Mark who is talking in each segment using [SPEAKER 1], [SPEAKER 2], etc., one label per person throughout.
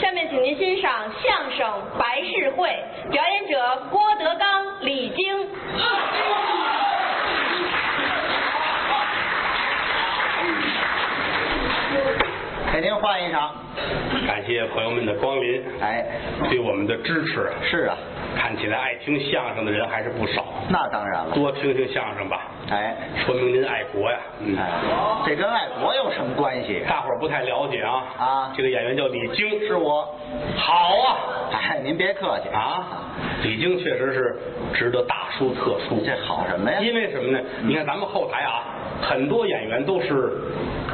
[SPEAKER 1] 下面请您欣赏相声《白事会》，表演者郭德纲、李菁。
[SPEAKER 2] 给您换一场。
[SPEAKER 3] 感谢朋友们的光临，
[SPEAKER 2] 哎，
[SPEAKER 3] 对我们的支持。
[SPEAKER 2] 是啊，
[SPEAKER 3] 看起来爱听相声的人还是不少，
[SPEAKER 2] 那当然了。
[SPEAKER 3] 多听听相声吧，
[SPEAKER 2] 哎，
[SPEAKER 3] 说明您爱国呀。嗯，
[SPEAKER 2] 哎，这跟爱国有什么关系？
[SPEAKER 3] 大伙儿不太了解啊。
[SPEAKER 2] 啊
[SPEAKER 3] 这个演员叫李菁，
[SPEAKER 2] 是我。
[SPEAKER 3] 好啊
[SPEAKER 2] 哎，您别客气，
[SPEAKER 3] 啊！李菁确实是值得大书特书。
[SPEAKER 2] 这好什么呀？嗯
[SPEAKER 3] 因为什么呢？你看咱们后台啊，很多演员都是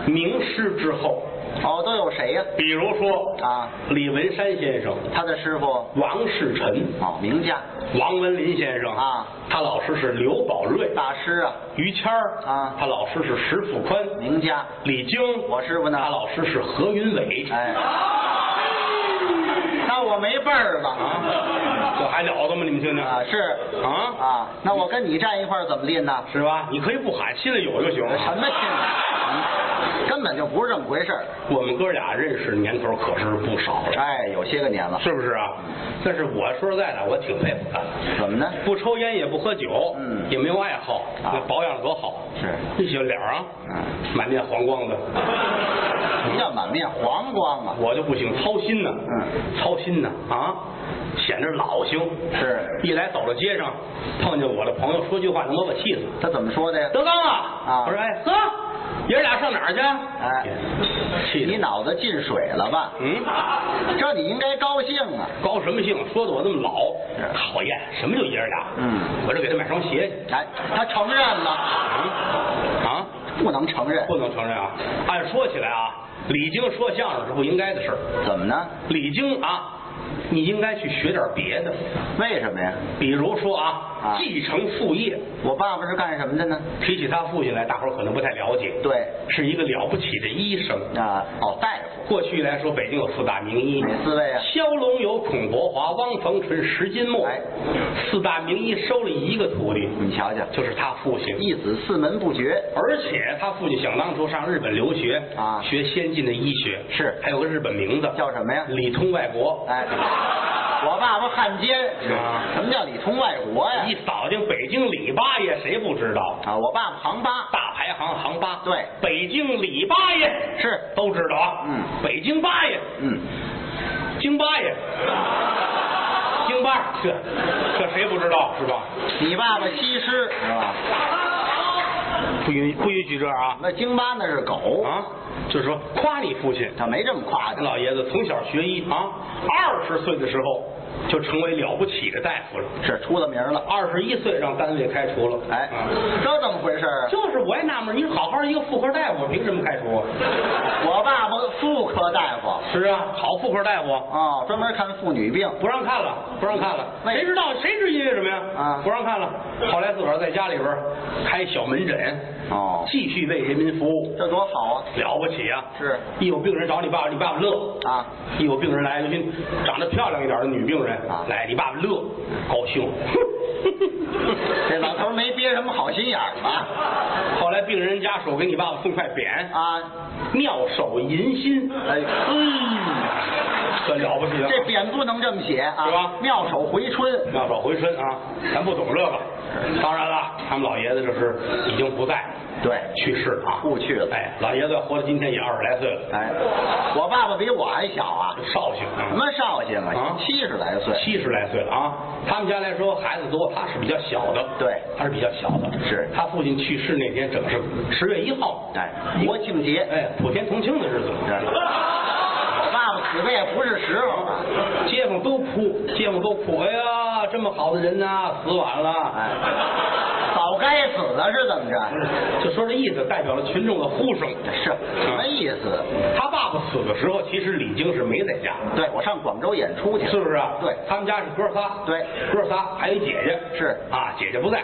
[SPEAKER 3] 名师之后，
[SPEAKER 2] 哦，都有谁呀？
[SPEAKER 3] 比如说
[SPEAKER 2] 啊，
[SPEAKER 3] 李文山先生、
[SPEAKER 2] 他的师傅
[SPEAKER 3] 王世臣、
[SPEAKER 2] 哦，名家
[SPEAKER 3] 王文林先生
[SPEAKER 2] 啊，
[SPEAKER 3] 他老师是刘宝瑞、
[SPEAKER 2] 大师啊，
[SPEAKER 3] 于谦儿
[SPEAKER 2] 啊
[SPEAKER 3] 他老师是石富宽、
[SPEAKER 2] 名家。
[SPEAKER 3] 李菁，
[SPEAKER 2] 我师傅呢
[SPEAKER 3] 他老师是何云伟
[SPEAKER 2] 哎，那我没辈儿吧？
[SPEAKER 3] 啊，这还了得吗？你们听听
[SPEAKER 2] 啊，是
[SPEAKER 3] 啊，
[SPEAKER 2] 啊，那我跟你站一块儿怎么练呢？
[SPEAKER 3] 是吧？你可以不喊，心里有就行。啊
[SPEAKER 2] 什么心？嗯根本就不是这么回事儿。
[SPEAKER 3] 我们哥俩认识年头可是不少了，
[SPEAKER 2] 哎，有些个年了，
[SPEAKER 3] 是不是啊？但是我说实在的，我挺佩服他的。
[SPEAKER 2] 怎么呢？
[SPEAKER 3] 不抽烟，也不喝酒，
[SPEAKER 2] 嗯
[SPEAKER 3] 也没有爱好，
[SPEAKER 2] 啊
[SPEAKER 3] 那保养得多好。
[SPEAKER 2] 是
[SPEAKER 3] 一小脸儿啊，
[SPEAKER 2] 嗯
[SPEAKER 3] 满面黄光的，
[SPEAKER 2] 什么叫满面黄光啊？
[SPEAKER 3] 我就不行，操心呢，
[SPEAKER 2] 嗯
[SPEAKER 3] 操心呢啊，显着老性。
[SPEAKER 2] 是
[SPEAKER 3] 一来走到街上，碰见我的朋友说句话，能把我气死。
[SPEAKER 2] 他怎么说的呀？
[SPEAKER 3] 德刚啊，
[SPEAKER 2] 啊
[SPEAKER 3] 我说哎呵，爷儿俩上哪儿去？
[SPEAKER 2] 哎，
[SPEAKER 3] 气
[SPEAKER 2] 你
[SPEAKER 3] 的，
[SPEAKER 2] 脑子进水了吧？
[SPEAKER 3] 嗯，
[SPEAKER 2] 这你应该高兴啊！
[SPEAKER 3] 高什么兴？说的我那么老
[SPEAKER 2] 是，
[SPEAKER 3] 讨厌，什么叫爷儿俩？
[SPEAKER 2] 嗯
[SPEAKER 3] 我就给他买双鞋去。
[SPEAKER 2] 哎，他承认了，
[SPEAKER 3] 嗯啊，
[SPEAKER 2] 不能承认
[SPEAKER 3] 不，能承认啊！按说起来啊，李菁说相声是不应该的事儿。
[SPEAKER 2] 怎么呢？
[SPEAKER 3] 李菁啊，你应该去学点别的，
[SPEAKER 2] 为什么呀？
[SPEAKER 3] 比如说啊，
[SPEAKER 2] 啊
[SPEAKER 3] 继承父业。
[SPEAKER 2] 我爸爸是干什么的呢？
[SPEAKER 3] 提起他父亲来，大伙儿可能不太了解，
[SPEAKER 2] 对，
[SPEAKER 3] 是一个了不起的医生。
[SPEAKER 2] 啊，哦，大夫，
[SPEAKER 3] 过去来说，北京有四大名医，
[SPEAKER 2] 哪四位啊？
[SPEAKER 3] 萧龙有孔伯华、汪逢春、石金墨
[SPEAKER 2] 哎，
[SPEAKER 3] 四大名医收了一个徒弟，
[SPEAKER 2] 你瞧瞧，
[SPEAKER 3] 就是他父亲。
[SPEAKER 2] 一子四门不绝，
[SPEAKER 3] 而且他父亲想当初上日本留学
[SPEAKER 2] 啊
[SPEAKER 3] 学先进的医学，
[SPEAKER 2] 是
[SPEAKER 3] 还有个日本名字
[SPEAKER 2] 叫什么呀？
[SPEAKER 3] 里通外国。
[SPEAKER 2] 哎，我爸爸汉奸，
[SPEAKER 3] 啊
[SPEAKER 2] 什么叫里通外国呀
[SPEAKER 3] 一？扫听北京李八爷，谁不知道？
[SPEAKER 2] 啊，我爸爸杭八
[SPEAKER 3] 大排行行八，
[SPEAKER 2] 对
[SPEAKER 3] 北京李八爷
[SPEAKER 2] 是，
[SPEAKER 3] 都知道啊。
[SPEAKER 2] 嗯，
[SPEAKER 3] 北京八爷，
[SPEAKER 2] 嗯，
[SPEAKER 3] 京八爷，京八，这这谁不知道是吧？
[SPEAKER 2] 你爸爸西施是吧？
[SPEAKER 3] 不允不允许这样啊
[SPEAKER 2] 那京巴那是狗，
[SPEAKER 3] 啊！就是说夸你父亲，
[SPEAKER 2] 他没这么夸
[SPEAKER 3] 这
[SPEAKER 2] 的。
[SPEAKER 3] 老爷子从小学医啊，二十岁的时候就成为了不起的大夫了。
[SPEAKER 2] 是出了名了。
[SPEAKER 3] 二十一岁让单位开除了，
[SPEAKER 2] 哎
[SPEAKER 3] 啊，
[SPEAKER 2] 这怎么回事儿啊？
[SPEAKER 3] 就是我也纳闷，你好好一个妇科大夫，凭什么开除啊？
[SPEAKER 2] 我爸爸妇科大夫
[SPEAKER 3] 是啊，好妇科大夫
[SPEAKER 2] 啊，专门看妇女病。
[SPEAKER 3] 不让看了，不让看了，
[SPEAKER 2] 为
[SPEAKER 3] 谁知道谁是因为什么呀？
[SPEAKER 2] 啊
[SPEAKER 3] 不让看了。后来自个儿在家里边儿开小门诊，
[SPEAKER 2] 哦
[SPEAKER 3] 继续为人民服务，
[SPEAKER 2] 这多好啊！
[SPEAKER 3] 了不起啊！
[SPEAKER 2] 是
[SPEAKER 3] 一有病人找你爸爸，你爸爸乐
[SPEAKER 2] 啊，
[SPEAKER 3] 一有病人来，尤其长得漂亮一点的女病人
[SPEAKER 2] 啊
[SPEAKER 3] 来，你爸爸乐，高兴。
[SPEAKER 2] 这老头没憋什么好心眼儿吧？
[SPEAKER 3] 后来病人家属给你爸爸送块匾，
[SPEAKER 2] 啊，
[SPEAKER 3] 妙手银心，
[SPEAKER 2] 哎，嗯，
[SPEAKER 3] 这了不起啊！
[SPEAKER 2] 这匾不能这么写啊，
[SPEAKER 3] 是吧
[SPEAKER 2] 妙手回春，
[SPEAKER 3] 妙手回春啊，咱不懂这个。当然了，他们老爷子这是已经不在，
[SPEAKER 2] 对
[SPEAKER 3] 去世了啊，
[SPEAKER 2] 故去了
[SPEAKER 3] 哎，老爷子活到今天也二十来岁了，
[SPEAKER 2] 哎，我爸爸比我还小啊，
[SPEAKER 3] 绍兴啊
[SPEAKER 2] 什，么绍兴
[SPEAKER 3] 啊
[SPEAKER 2] 啊，七十来岁，
[SPEAKER 3] 七十来岁了啊。他们家来说孩子多，他是比较小的，
[SPEAKER 2] 对
[SPEAKER 3] 他是比较小的。
[SPEAKER 2] 是
[SPEAKER 3] 他父亲去世那天正是十月一号，
[SPEAKER 2] 哎，国庆节，
[SPEAKER 3] 哎，普天同庆的日子。
[SPEAKER 2] 哎我爸爸死的也不是时候啊，
[SPEAKER 3] 街坊都哭，街坊都哭。哎呀，这么好的人呐、死晚了。
[SPEAKER 2] 哎，早该死了是怎么着？
[SPEAKER 3] 就说这意思，代表了群众的呼声。
[SPEAKER 2] 是
[SPEAKER 3] 啊
[SPEAKER 2] 什么意思？
[SPEAKER 3] 他爸爸死的时候，其实李菁是没在家，
[SPEAKER 2] 对我上广州演出去了，
[SPEAKER 3] 是不是啊？
[SPEAKER 2] 对
[SPEAKER 3] 他们家是哥仨，
[SPEAKER 2] 对
[SPEAKER 3] 哥仨还有一姐姐，
[SPEAKER 2] 是
[SPEAKER 3] 啊，姐姐不在，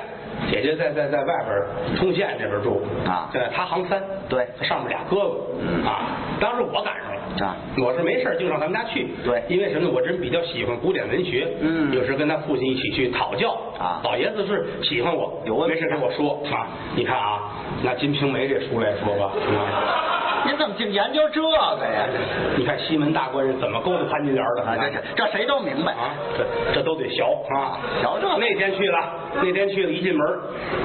[SPEAKER 3] 姐姐在在在外边儿通县这边住
[SPEAKER 2] 啊
[SPEAKER 3] 现在他行三，
[SPEAKER 2] 对
[SPEAKER 3] 他上面俩哥哥，
[SPEAKER 2] 嗯
[SPEAKER 3] 啊，当时我赶上了
[SPEAKER 2] 啊，
[SPEAKER 3] 我是没事儿就上他们家去，
[SPEAKER 2] 对
[SPEAKER 3] 因为什么呢？我真比较喜欢古典文学，
[SPEAKER 2] 嗯
[SPEAKER 3] 有时跟他父亲一起去讨教
[SPEAKER 2] 啊
[SPEAKER 3] 老爷子是喜欢我，
[SPEAKER 2] 有问
[SPEAKER 3] 啊没事跟我说啊，你看啊，拿《金瓶梅》这书来说吧，是吧
[SPEAKER 2] 您怎么净研究这个呀？
[SPEAKER 3] 你看西门大官人怎么勾搭潘金莲的？
[SPEAKER 2] 啊，这这这谁都明白。
[SPEAKER 3] 啊，这这都得学啊，
[SPEAKER 2] 学这个
[SPEAKER 3] 那天去了，那天去了，一进门，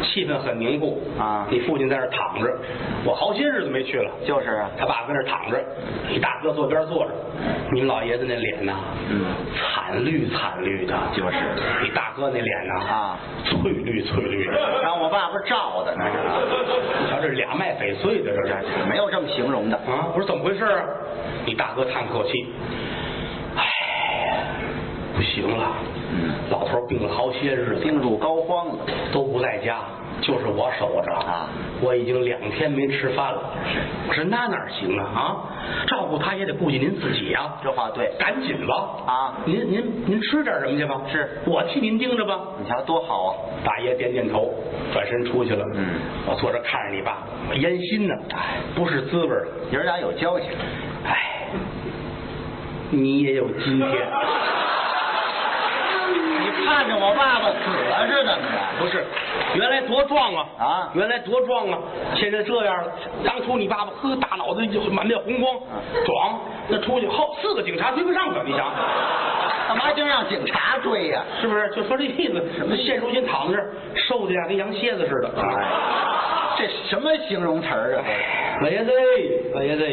[SPEAKER 3] 气氛很凝固
[SPEAKER 2] 啊
[SPEAKER 3] 你父亲在那儿躺着，我好些日子没去了，
[SPEAKER 2] 就是啊，
[SPEAKER 3] 他爸跟那儿躺着，你大哥坐边坐着，你们老爷子那脸呐，
[SPEAKER 2] 嗯，啊
[SPEAKER 3] 惨绿惨绿的，
[SPEAKER 2] 就是
[SPEAKER 3] 你大哥那脸呐，
[SPEAKER 2] 啊，
[SPEAKER 3] 翠绿翠绿的，
[SPEAKER 2] 让我爸爸照的那是
[SPEAKER 3] 你 瞧这俩脉翡翠的这是。
[SPEAKER 2] 啊，没有这么形容的。
[SPEAKER 3] 啊，我说怎么回事啊？你大哥叹口气，唉，不行了，
[SPEAKER 2] 嗯
[SPEAKER 3] 老头儿病了好些日子，
[SPEAKER 2] 病入膏肓了，
[SPEAKER 3] 都不在家，就是我守着
[SPEAKER 2] 啊。
[SPEAKER 3] 我已经两天没吃饭了，我说那哪行啊啊！照顾他也得顾及您自己呀、啊
[SPEAKER 2] 这话对。
[SPEAKER 3] 赶紧吧
[SPEAKER 2] 啊
[SPEAKER 3] 您您您吃点什么去吧？
[SPEAKER 2] 是
[SPEAKER 3] 我替您盯着吧。
[SPEAKER 2] 你瞧多好啊！
[SPEAKER 3] 大爷点点头，转身出去了。
[SPEAKER 2] 嗯，哎
[SPEAKER 3] 我坐着看着你爸，我烟心呢，不是滋味儿。
[SPEAKER 2] 爷儿俩有交情，
[SPEAKER 3] 哎，你也有今天，
[SPEAKER 2] 你盼着我爸爸死了是怎么着？
[SPEAKER 3] 不是？原来多壮啊！
[SPEAKER 2] 啊
[SPEAKER 3] 原来多壮啊！现在这样了。当初你爸爸呵，大脑袋就满面红光，
[SPEAKER 2] 啊
[SPEAKER 3] 壮，那出去后四个警察追不上他，你想
[SPEAKER 2] 干嘛净让警察追呀、
[SPEAKER 3] 是不是？就说这意思。现如今躺着，瘦的呀，跟羊蝎子似的。
[SPEAKER 2] 哎，这什么形容词儿
[SPEAKER 3] 哎
[SPEAKER 2] 啊？
[SPEAKER 3] 老爷子，老爷子，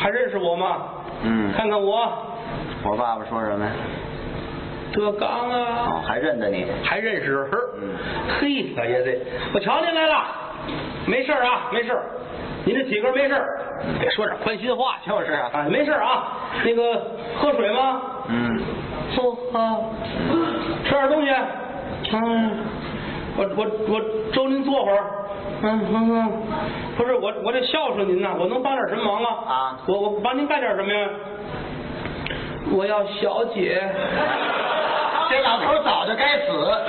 [SPEAKER 3] 还认识我吗？
[SPEAKER 2] 嗯
[SPEAKER 3] 看看我，
[SPEAKER 2] 我爸爸说什么呀？
[SPEAKER 3] 德刚啊。
[SPEAKER 2] 哦，还认得你。
[SPEAKER 3] 还认识人。
[SPEAKER 2] 嗯
[SPEAKER 3] 嘿，老爷子，我瞧您来了，没事儿啊，没事儿，您这体格没事儿，得说点宽心话去。
[SPEAKER 2] 就是啊，
[SPEAKER 3] 啊，没事儿啊，那个喝水吗？
[SPEAKER 2] 嗯，
[SPEAKER 3] 不喝。吃点东西。嗯，我我我周您坐会儿。嗯嗯嗯，不是我我得孝顺您呐，我能帮点什么忙啊？
[SPEAKER 2] 啊
[SPEAKER 3] 我我帮您干点什么呀？我要小姐。
[SPEAKER 2] 这老头早就该死。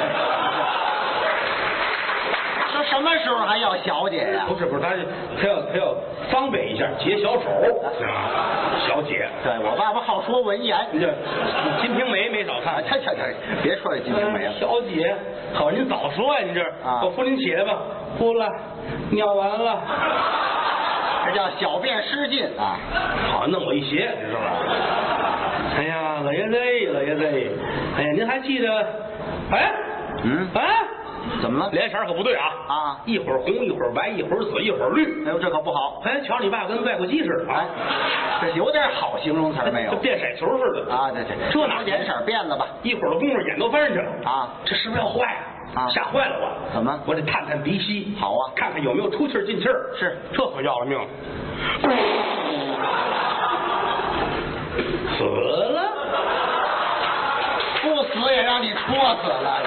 [SPEAKER 2] 这什么时候还要小姐呀、
[SPEAKER 3] 不是不是，他是他要他要方便一下，解小手，啊小姐，
[SPEAKER 2] 对我爸爸好说文言，啊
[SPEAKER 3] 你这《金瓶梅》没少看。
[SPEAKER 2] 他他他，别说这金瓶梅了。
[SPEAKER 3] 嗯小姐，好，您早说呀，您这
[SPEAKER 2] 啊
[SPEAKER 3] 我扶您起来吧。哭了，尿完了，
[SPEAKER 2] 这叫小便失禁啊！
[SPEAKER 3] 好，弄我一鞋，你知道吧？哎呀，老爷子，老爷子，哎呀，您还记得？哎，
[SPEAKER 2] 嗯
[SPEAKER 3] 哎，
[SPEAKER 2] 怎么了？
[SPEAKER 3] 脸色儿可不对啊！
[SPEAKER 2] 啊
[SPEAKER 3] 一会儿红，一会儿白，一会儿紫，一会儿绿。
[SPEAKER 2] 哎呦，这可不好！
[SPEAKER 3] 哎，瞧你爸跟外国鸡似的啊
[SPEAKER 2] 哎，，这有点好形容词儿没有
[SPEAKER 3] 跟？变色球似的
[SPEAKER 2] 啊，这这
[SPEAKER 3] 这哪
[SPEAKER 2] 颜色变了吧？
[SPEAKER 3] 一会儿的功夫眼都翻上去了
[SPEAKER 2] 啊
[SPEAKER 3] 这是不是要坏啊？
[SPEAKER 2] 啊
[SPEAKER 3] 吓坏了我！
[SPEAKER 2] 怎么
[SPEAKER 3] 我得探探鼻息，
[SPEAKER 2] 好啊
[SPEAKER 3] 看看有没有出气儿进气儿。
[SPEAKER 2] 是
[SPEAKER 3] 这可要了命了，死了！
[SPEAKER 2] 不死也让你戳死了，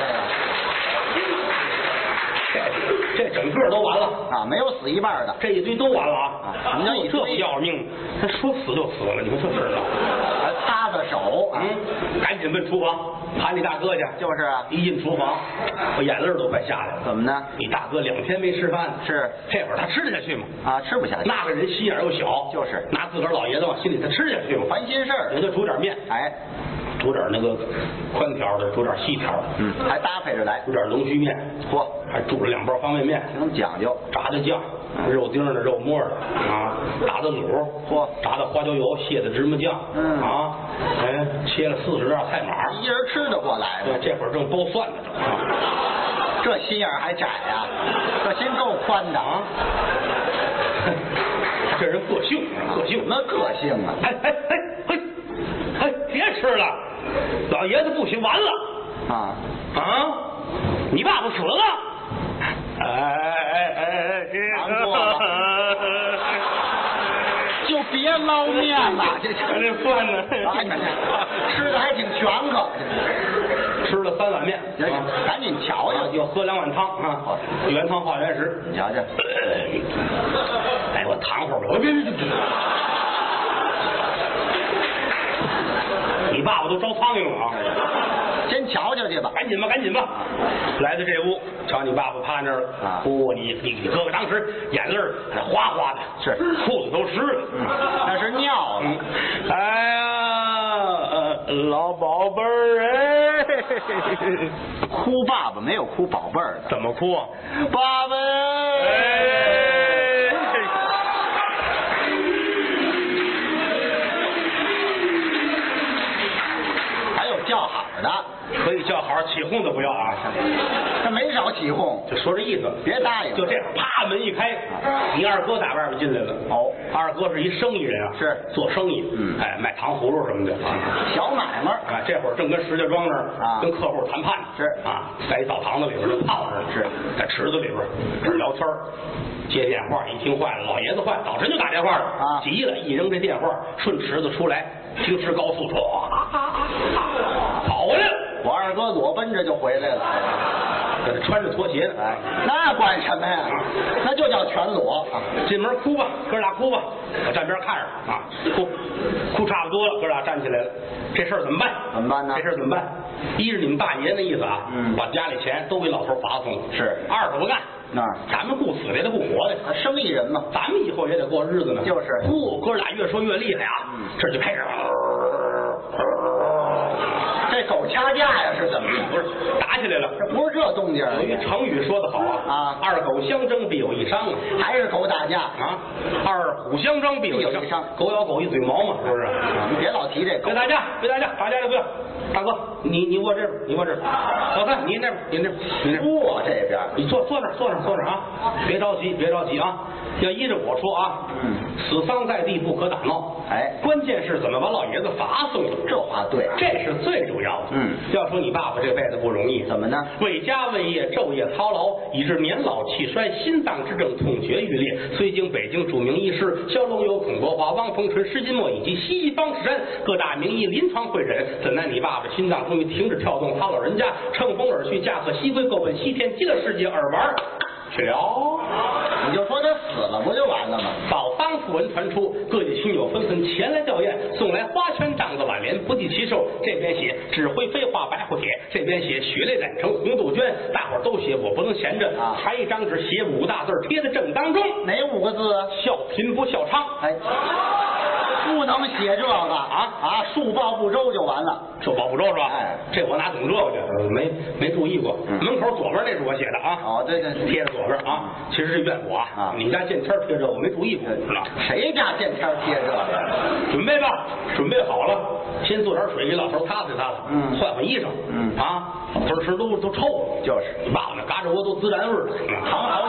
[SPEAKER 2] 这
[SPEAKER 3] 哎这这整个都完了，
[SPEAKER 2] 个啊，没有死一半的。
[SPEAKER 3] 这一堆都完了哎
[SPEAKER 2] 啊什么叫一堆
[SPEAKER 3] 这不要了命？他说死就死了，你说这事儿闹的。
[SPEAKER 2] 还擦擦呃手，啊，
[SPEAKER 3] 啊嗯，赶紧奔厨房喊你大哥去。
[SPEAKER 2] 就是啊，
[SPEAKER 3] 一进厨房，我眼泪儿都快下来了。
[SPEAKER 2] 怎么呢？
[SPEAKER 3] 你大哥两天没吃饭了，
[SPEAKER 2] 是
[SPEAKER 3] 这会儿他吃得下去吗？
[SPEAKER 2] 啊，吃不下去，
[SPEAKER 3] 那个人心眼儿又小，
[SPEAKER 2] 就是
[SPEAKER 3] 拿自个儿老爷子往心里，他吃下去吗？
[SPEAKER 2] 烦心事
[SPEAKER 3] 也
[SPEAKER 2] 儿。
[SPEAKER 3] 就煮点面，
[SPEAKER 2] 哎，
[SPEAKER 3] 煮点那个宽条的，煮点细条的，
[SPEAKER 2] 嗯，还搭配着来
[SPEAKER 3] 煮，点龙须面，
[SPEAKER 2] 嚯，
[SPEAKER 3] 还煮了两包方便面，
[SPEAKER 2] 挺讲究。
[SPEAKER 3] 炸的酱，肉丁儿的肉末儿的啊，打的卤，
[SPEAKER 2] 嚯
[SPEAKER 3] 炸的花椒油，蟹的芝麻酱，
[SPEAKER 2] 嗯
[SPEAKER 3] 啊，哎，切了四十袋菜码儿，
[SPEAKER 2] 一人吃得过来
[SPEAKER 3] 对
[SPEAKER 2] 吗？
[SPEAKER 3] 这会儿正剥蒜呢，正
[SPEAKER 2] 这
[SPEAKER 3] 啊
[SPEAKER 2] 心眼儿还窄啊，这心够宽的啊！，
[SPEAKER 3] 啊 这人个性，个性
[SPEAKER 2] 什。么个性啊？
[SPEAKER 3] 哎哎哎嘿，哎，别吃了，老爷子不行，完了
[SPEAKER 2] 啊，
[SPEAKER 3] 啊！你爸爸死了。哎哎哎哎！
[SPEAKER 2] 难过了就别捞面了，这
[SPEAKER 3] 还
[SPEAKER 2] 这。
[SPEAKER 3] 得算呢。
[SPEAKER 2] 啊，你看这吃的还挺全口，
[SPEAKER 3] 吃了三碗面，啊
[SPEAKER 2] 这这赶紧瞧瞧去。
[SPEAKER 3] 又喝两碗汤啊，原汤化原食。
[SPEAKER 2] 你瞧瞧，
[SPEAKER 3] 哎，我躺会儿吧，我别别别别！你爸爸都招苍蝇了啊！
[SPEAKER 2] 先瞧瞧去吧。
[SPEAKER 3] 赶紧吧，赶紧吧！来到这屋，瞧你爸爸趴那儿了。
[SPEAKER 2] 啊
[SPEAKER 3] 不，你你你哥哥当时眼泪儿哗哗的，
[SPEAKER 2] 是
[SPEAKER 3] 裤子都湿了。
[SPEAKER 2] 嗯那是尿了
[SPEAKER 3] 嗯，哎呀，呃老宝贝儿哎，
[SPEAKER 2] 哭爸爸没有哭宝贝儿的，
[SPEAKER 3] 怎么哭啊？
[SPEAKER 2] 嗯哎爸爸呀
[SPEAKER 3] 哎，
[SPEAKER 2] 的，
[SPEAKER 3] 可以叫好，起哄的不要啊。
[SPEAKER 2] 他没少起哄，
[SPEAKER 3] 就说这意思，
[SPEAKER 2] 别答应
[SPEAKER 3] 就这样，啪，门一开，你二哥打外边进来了。
[SPEAKER 2] 哦，
[SPEAKER 3] 二哥是一生意人啊，
[SPEAKER 2] 是
[SPEAKER 3] 做生意，
[SPEAKER 2] 嗯
[SPEAKER 3] 哎，卖糖葫芦什么的。
[SPEAKER 2] 小买卖儿，
[SPEAKER 3] 啊，这会儿正跟石家庄那儿
[SPEAKER 2] 啊
[SPEAKER 3] 跟客户谈判呢，
[SPEAKER 2] 是
[SPEAKER 3] 啊，在一澡堂子里边儿正泡着呢，
[SPEAKER 2] 是
[SPEAKER 3] 在池子里边儿这儿聊天儿接电话一听坏了，老爷子坏了，早晨就打电话了，
[SPEAKER 2] 啊
[SPEAKER 3] 急了，一扔这电话，顺池子出来，京石高速，唰，跑回来了，
[SPEAKER 2] 我二哥裸奔着就回来了。
[SPEAKER 3] 这穿着拖鞋呢，
[SPEAKER 2] 哎，那管什么呀？那就叫全裸。啊
[SPEAKER 3] 进门哭吧，哥俩哭吧，我站边看着啊，哭，哭差不多了，哥俩站起来了，这事儿怎么办？
[SPEAKER 2] 怎么办呢
[SPEAKER 3] 这事儿怎么办？一是你们大爷那意思啊，
[SPEAKER 2] 嗯
[SPEAKER 3] 把家里钱都给老头划送了，
[SPEAKER 2] 是
[SPEAKER 3] 二是不干，
[SPEAKER 2] 那
[SPEAKER 3] 咱们顾死的也得顾活的，
[SPEAKER 2] 生意人嘛，
[SPEAKER 3] 咱们以后也得过日子呢。
[SPEAKER 2] 就是嗯
[SPEAKER 3] 呼，哥俩越说越厉害啊，这就开始，
[SPEAKER 2] 这狗掐架呀是怎么的？
[SPEAKER 3] 不是打起来了。
[SPEAKER 2] 这不是这动静儿，
[SPEAKER 3] 有一成语说得好
[SPEAKER 2] 啊
[SPEAKER 3] 二狗相争必有一伤啊。
[SPEAKER 2] 还是狗打架。
[SPEAKER 3] 啊，二虎相争必有
[SPEAKER 2] 必有一
[SPEAKER 3] 一伤
[SPEAKER 2] 伤，啊
[SPEAKER 3] 狗咬狗一嘴毛嘛，是不是？
[SPEAKER 2] 你别老提这狗
[SPEAKER 3] 别，打架，别打架，打架就不要。大哥，你你握这边，你握这边。老三，你那边，你那边，你那边。
[SPEAKER 2] 我啊这边儿
[SPEAKER 3] 你坐坐那儿，坐那儿，坐那儿啊！别着急，别着急啊！要依着我说啊，
[SPEAKER 2] 嗯
[SPEAKER 3] 死丧在地不可打闹。
[SPEAKER 2] 哎
[SPEAKER 3] 关键是怎么把老爷子罚送了，
[SPEAKER 2] 这话对，啊
[SPEAKER 3] 这是最主要的。
[SPEAKER 2] 嗯
[SPEAKER 3] 要说你爸爸这辈子不容易，
[SPEAKER 2] 怎么呢？
[SPEAKER 3] 为家为业，昼夜操劳，以致年老气衰，心脏之症痛绝欲裂。虽经北京著名医师肖龙友、孔国华、汪逢春、施金墨以及西方石山各大名医临床会诊，怎奈你爸爸心脏终于停止跳动，他老人家乘风而去，驾鹤西归，各奔西天，极乐世界耳玩去了。
[SPEAKER 2] 你就说他死了不就完了吗？
[SPEAKER 3] 早当讣闻传出，各界亲友纷纷前来吊唁，送来花圈、帐子、挽联，不计其数。这边写“纸灰飞花白虎帖”，这边写“血泪染成红杜鹃”，大伙儿都写，我不能闲着，
[SPEAKER 2] 啊
[SPEAKER 3] 裁一张纸写五大字儿贴在正当中，
[SPEAKER 2] 哪五个字啊？
[SPEAKER 3] 笑贫不笑娼，
[SPEAKER 2] 哎，不能写这个啊啊！树报不周就完了。
[SPEAKER 3] 这保不周是吧？
[SPEAKER 2] 哎
[SPEAKER 3] 这我哪懂这个去？没没注意过。
[SPEAKER 2] 嗯
[SPEAKER 3] 门口左边那是我写的啊，
[SPEAKER 2] 哦，对对对，
[SPEAKER 3] 贴着左边啊，其实是怨我
[SPEAKER 2] 啊
[SPEAKER 3] 你们家见签儿贴着，我没注意过，是吧？
[SPEAKER 2] 谁家见天儿贴这个？
[SPEAKER 3] 准备吧，准备好了，先做点水给老头儿擦擦擦了，
[SPEAKER 2] 嗯
[SPEAKER 3] 换换衣裳，
[SPEAKER 2] 嗯
[SPEAKER 3] 啊，老头儿吃都都臭了，
[SPEAKER 2] 就是
[SPEAKER 3] 你爸爸那嘎吱窝都孜然味儿了，
[SPEAKER 2] 尝
[SPEAKER 3] 尝，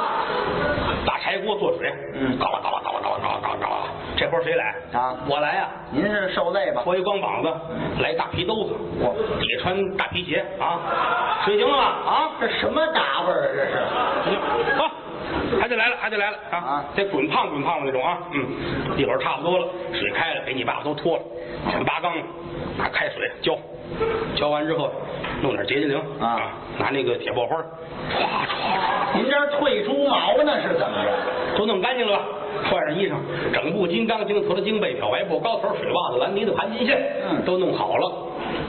[SPEAKER 3] 大柴锅做水，
[SPEAKER 2] 嗯
[SPEAKER 3] 嘎啦嘎啦嘎啦嘎啦嘎啦嘎啦嘎啦，这活儿谁来
[SPEAKER 2] 啊嗯
[SPEAKER 3] 我来呀、
[SPEAKER 2] 您是受累吧？
[SPEAKER 3] 脱一光膀子，来一大皮兜子，
[SPEAKER 2] 嚯
[SPEAKER 3] 底下穿大皮鞋啊，水行了吧？啊，
[SPEAKER 2] 这什么打扮啊？这是
[SPEAKER 3] 啊，还得来了，还得来了啊！
[SPEAKER 2] 啊
[SPEAKER 3] 这滚烫滚烫的那种啊，嗯，一会儿差不多了，水开了，给你爸爸都脱了，全八缸，拿开水浇，浇完之后弄点洁净灵
[SPEAKER 2] 啊
[SPEAKER 3] 拿那个铁爆花，唰唰
[SPEAKER 2] 您这儿退出毛呢？是怎么着？
[SPEAKER 3] 唰，都弄干净了吧？换上衣裳，整部金刚经、头头经被、漂白布、高头水袜子、蓝呢子、盘金线，
[SPEAKER 2] 嗯
[SPEAKER 3] 都弄好了，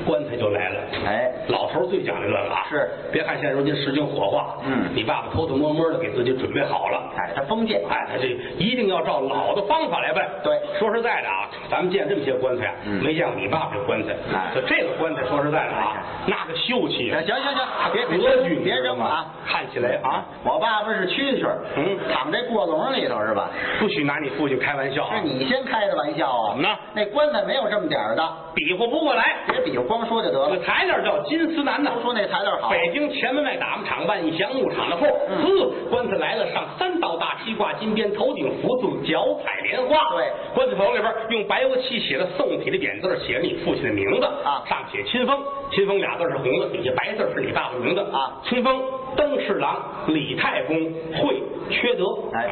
[SPEAKER 3] 棺材就来了。
[SPEAKER 2] 哎，
[SPEAKER 3] 老头儿最讲究这个啊，
[SPEAKER 2] 是
[SPEAKER 3] 别看现在如今时经火化，
[SPEAKER 2] 嗯
[SPEAKER 3] 你爸爸偷偷摸摸的给自己准备好了，
[SPEAKER 2] 哎，他封建，
[SPEAKER 3] 哎，他这一定要照老的方法来办。
[SPEAKER 2] 对
[SPEAKER 3] 说实在的啊，咱们见这么些棺材啊，
[SPEAKER 2] 嗯
[SPEAKER 3] 没见过你爸爸这棺材。
[SPEAKER 2] 哎
[SPEAKER 3] 就这个棺材，说实在的啊，那个秀气啊，
[SPEAKER 2] 行行行，别别
[SPEAKER 3] 格局，
[SPEAKER 2] 别扔了
[SPEAKER 3] 了
[SPEAKER 2] 啊！
[SPEAKER 3] 看起来啊，
[SPEAKER 2] 我爸爸是蛐蛐儿，
[SPEAKER 3] 嗯
[SPEAKER 2] 躺这过笼里头是吧？
[SPEAKER 3] 不许拿你父亲开玩笑啊，
[SPEAKER 2] 嗯是你先开的玩笑啊？
[SPEAKER 3] 怎么呢
[SPEAKER 2] 那棺材没有这么点儿的，
[SPEAKER 3] 比划不过来。
[SPEAKER 2] 别比划，光说就得
[SPEAKER 3] 有
[SPEAKER 2] 了
[SPEAKER 3] 个。材料叫金丝楠呐，
[SPEAKER 2] 都说那材料好，
[SPEAKER 3] 北京前门外打木厂办一祥木场的货，
[SPEAKER 2] 嗯
[SPEAKER 3] 嗯，棺材来了，上三道大披挂金边，头顶福字，脚踩莲花。
[SPEAKER 2] 对
[SPEAKER 3] 棺材头里边用白油漆写了宋体的匾字，写着你父亲的名字
[SPEAKER 2] 啊
[SPEAKER 3] 上写亲风，亲风俩字是红的，底下白字是你爸爸名字
[SPEAKER 2] 啊
[SPEAKER 3] 亲风登侍郎李太公会缺德，
[SPEAKER 2] 哎，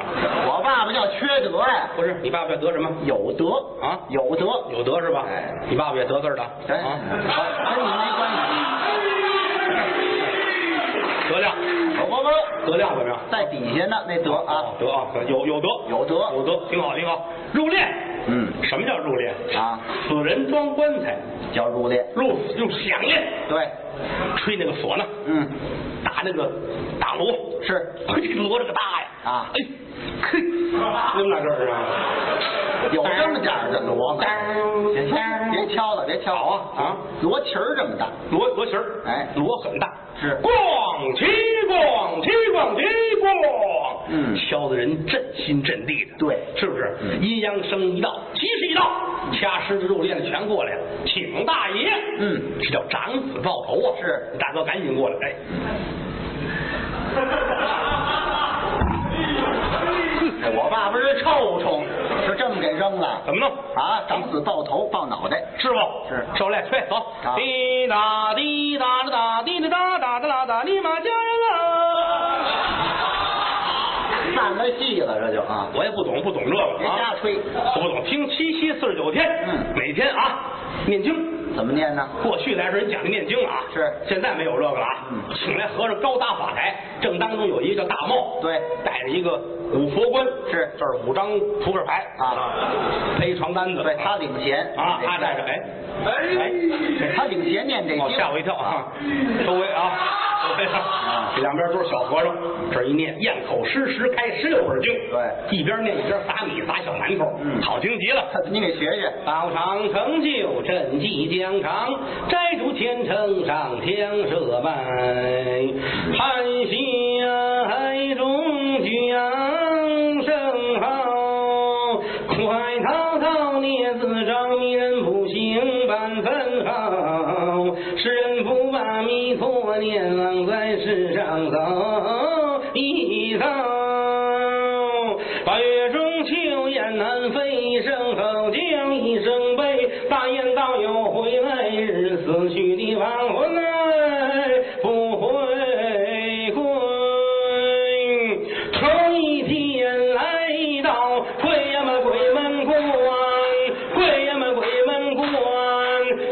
[SPEAKER 2] 我爸爸叫缺德呀，
[SPEAKER 3] 不是你爸爸叫得什么？
[SPEAKER 2] 有德
[SPEAKER 3] 啊
[SPEAKER 2] 有德，
[SPEAKER 3] 有德是吧？
[SPEAKER 2] 嗯哎
[SPEAKER 3] 你爸爸也得字儿的
[SPEAKER 2] 哎，
[SPEAKER 3] 啊，
[SPEAKER 2] 好跟你没关系。
[SPEAKER 3] 德亮，
[SPEAKER 2] 我我我
[SPEAKER 3] 德亮怎么样？
[SPEAKER 2] 在底下呢，那德啊，
[SPEAKER 3] 德啊，有有德，
[SPEAKER 2] 有德
[SPEAKER 3] 有德，挺好，挺好。入殓，
[SPEAKER 2] 嗯
[SPEAKER 3] 什么叫入殓
[SPEAKER 2] 啊？
[SPEAKER 3] 死人装棺材，
[SPEAKER 2] 叫入殓，
[SPEAKER 3] 入入响宴，
[SPEAKER 2] 对，
[SPEAKER 3] 吹那个唢呐，
[SPEAKER 2] 嗯，
[SPEAKER 3] 打那个大锣，
[SPEAKER 2] 是
[SPEAKER 3] 嘿，锣这个大呀，
[SPEAKER 2] 啊
[SPEAKER 3] 哎，嘿，那么大个儿啊？
[SPEAKER 2] 有这么点儿的锣吗？别敲
[SPEAKER 3] 当
[SPEAKER 2] 别敲了，别敲
[SPEAKER 3] 好啊啊！
[SPEAKER 2] 锣旗儿这么大，
[SPEAKER 3] 锣锣旗儿，
[SPEAKER 2] 哎
[SPEAKER 3] 锣很大，
[SPEAKER 2] 是
[SPEAKER 3] 咣齐咣齐咣齐咣，
[SPEAKER 2] 嗯
[SPEAKER 3] 敲的人震心震地的，
[SPEAKER 2] 对
[SPEAKER 3] 是不是？
[SPEAKER 2] 嗯
[SPEAKER 3] 阴阳声一道，吉时一到，掐狮子入殓的全过来了，请大爷，
[SPEAKER 2] 嗯
[SPEAKER 3] 这叫长子抱头啊！
[SPEAKER 2] 是，
[SPEAKER 3] 大哥赶紧过来，哎，
[SPEAKER 2] 嗯哎我爸爸是臭虫，是这么给扔了
[SPEAKER 3] 怎么弄？
[SPEAKER 2] 啊！长子抱头抱脑袋，
[SPEAKER 3] 是不？
[SPEAKER 2] 是
[SPEAKER 3] 受累，吹走
[SPEAKER 2] 好。
[SPEAKER 3] 滴答滴答哒哒滴答哒哒哒哒哒，立马家人啊！
[SPEAKER 2] 散了戏了，这就啊！
[SPEAKER 3] 我也不懂，不懂这个
[SPEAKER 2] 别
[SPEAKER 3] 啊
[SPEAKER 2] 瞎，吹，
[SPEAKER 3] 我不懂。听七七四十九天，
[SPEAKER 2] 嗯
[SPEAKER 3] 每天啊念经。
[SPEAKER 2] 怎么念呢？
[SPEAKER 3] 过去来说人讲究念经啊，
[SPEAKER 2] 是
[SPEAKER 3] 现在没有这个了啊。
[SPEAKER 2] 嗯
[SPEAKER 3] 请来和尚高搭法台，正当中有一个叫大帽，
[SPEAKER 2] 对
[SPEAKER 3] 戴着一个五佛冠，
[SPEAKER 2] 是
[SPEAKER 3] 这儿五张扑克牌
[SPEAKER 2] 啊，
[SPEAKER 3] 背一床单子，
[SPEAKER 2] 对他领衔
[SPEAKER 3] 啊，他带着哎哎
[SPEAKER 2] 他领衔念这
[SPEAKER 3] 哦，
[SPEAKER 2] 经嗯
[SPEAKER 3] 吓我一跳啊！周围啊，周围啊，这两边都是小和尚，这一念咽口湿十开十六本经，
[SPEAKER 2] 嗯对
[SPEAKER 3] 一边念一边撒米撒小馒头，
[SPEAKER 2] 嗯
[SPEAKER 3] 好听极了。
[SPEAKER 2] 你给学学。
[SPEAKER 3] 道长成就朕即将长，摘竹千层上香设拜，汉下中将声号，快滔滔孽子张，迷人不行半分好，世人不把弥陀念，枉在世上走一遭。八月中秋雁南飞，声吼将一声悲。大雁道友回来日，死去的亡魂哎不回归。头一天来到贵呀么鬼门关，贵呀么鬼门关，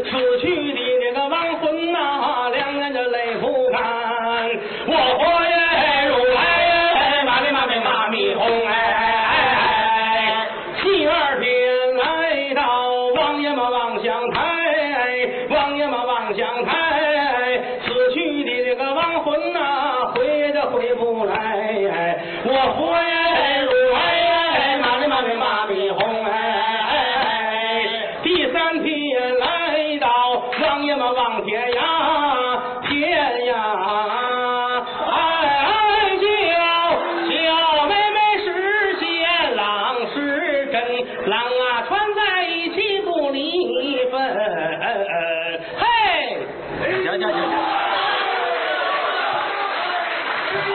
[SPEAKER 3] 死去的这个亡魂呐、两人这泪不干，我活耶如来，马的马的马咪红哎。第二天来到王爷嘛望乡台，王爷嘛望乡台，死去的这个亡魂呐、回的回不来，我活耶如来，马的马的马咪红哎。第三天来到王爷嘛望天涯，天涯。哎叫小妹妹是仙郎是真郎啊，穿在一起不离分。嘿，
[SPEAKER 2] 行行行行，好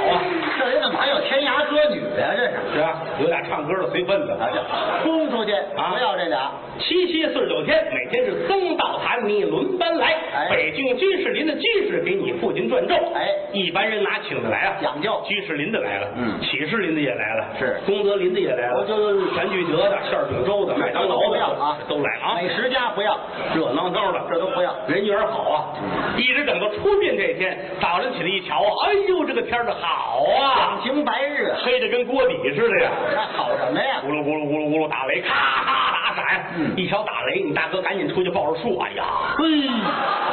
[SPEAKER 2] 啊！这人怎么还有天涯歌女呀、这是
[SPEAKER 3] 是啊，有俩唱歌的随份子
[SPEAKER 2] 啊，这轰出去！
[SPEAKER 3] 啊
[SPEAKER 2] 不要这俩，
[SPEAKER 3] 七七四十九天，每天是僧道坛你轮班来。
[SPEAKER 2] 哎
[SPEAKER 3] 北京居士林的居士给你父亲转咒。
[SPEAKER 2] 哎
[SPEAKER 3] 一般人哪请得来啊？
[SPEAKER 2] 讲究
[SPEAKER 3] 居士林的来了，
[SPEAKER 2] 嗯
[SPEAKER 3] 启士林的也来了，
[SPEAKER 2] 是
[SPEAKER 3] 功德林的也来了，
[SPEAKER 2] 我就是
[SPEAKER 3] 全聚德的、馅儿饼粥的、麦当劳
[SPEAKER 2] 不
[SPEAKER 3] 的
[SPEAKER 2] 要啊，
[SPEAKER 3] 都来啊。
[SPEAKER 2] 美食家不要，
[SPEAKER 3] 热闹闹的，
[SPEAKER 2] 这都不要嗯
[SPEAKER 3] 人缘好啊，一直等到出殡这天，早晨起来一瞧啊，哎呦，这个天儿的好啊
[SPEAKER 2] 两，情白日，
[SPEAKER 3] 黑的跟锅底似的呀，
[SPEAKER 2] 还好什么呀
[SPEAKER 3] 咕？噜咕噜咕噜咕噜打雷，咔咔打闪，
[SPEAKER 2] 嗯
[SPEAKER 3] 一瞧打雷，你大哥赶紧出去抱着树，哎呀，
[SPEAKER 2] 嘿，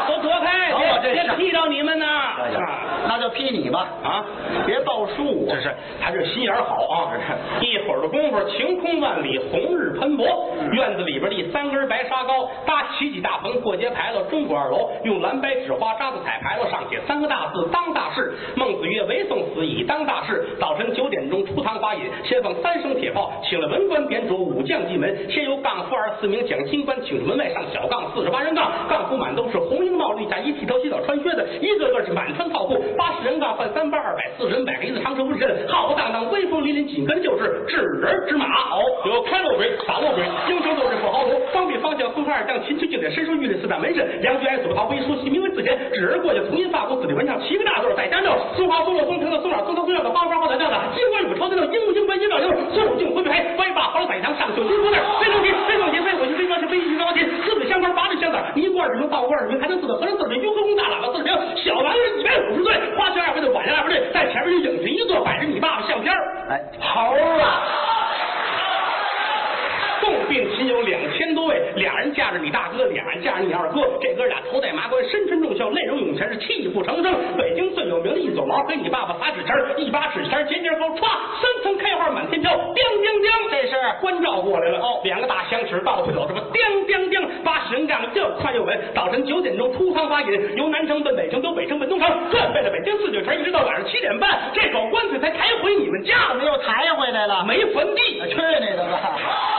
[SPEAKER 3] 都躲开
[SPEAKER 2] 等我这事儿
[SPEAKER 3] 劈着你们呢，啊
[SPEAKER 2] 哎那就批你吧，
[SPEAKER 3] 啊！
[SPEAKER 2] 别报数
[SPEAKER 3] 这
[SPEAKER 2] 啊！
[SPEAKER 3] 是他这心眼儿好啊！一会儿的功夫，晴空万里，红日喷薄。院子里边立三根白沙高，搭起几大棚过街牌楼，中国二楼用蓝白纸花扎子彩牌楼，上写三个大字“当大事”。孟子曰：“唯送死以当大事。”早晨九点钟出堂发引，先放三声铁炮，请了文官点主，武将进门，先由杠夫二十四名蒋金官请出门外上小杠四十八人杠，杠夫满都是红缨帽绿甲，一剃头洗澡穿靴子，一个个是满穿套裤，八十人杠换三八二百四十人百，黑子长蛇纹身，浩浩荡荡，威风凛凛，紧跟就是智人之马。哦，有开路鬼，打路鬼，英雄斗士不豪龙，方必方向风二将，秦军敬典，身书玉立四大门神，杨居安祖桃微书席，名为自贤，指人过去，从音发鼓，子弟文唱，七个大字儿，再加六，松花松肉松平的松软松头松药的花花花的酱的，金花有超的英不英文音料英，松乳镜回白，歪把花彩堂上九金锅那，飞龙琴，飞凤琴，飞火琴，飞钢琴，飞玉钢琴，四品香官，八品香枣，一罐儿名，道罐儿名，还能自个和尚自个雍和宫大喇叭自个小男人一百五十岁，花钱二分的，晚上二分的，在前面就影子一座，摆着你爸爸相片儿
[SPEAKER 2] 哎，
[SPEAKER 3] 猴儿啊！共病亲友两千多位，俩人架着你大哥，俩人架着你二哥，这哥俩头戴麻冠，身穿重孝，泪如涌泉，是泣不成声。北京最有名的一撮毛，给你爸爸撒纸钱儿，一把纸钱儿节节高，歘，三层开花满天飘，叮叮叮，这是关照过来了哦，两个大响指到处有什么叮叮叮，八十人杠又快又稳。早晨九点钟出仓发引，由南城奔北城，由北城奔东城，转遍了北京四九城，一直到晚上七点半，这口棺材才抬回你们家，啊
[SPEAKER 2] 怎么又抬回来了？
[SPEAKER 3] 没坟地。
[SPEAKER 2] 去你的吧！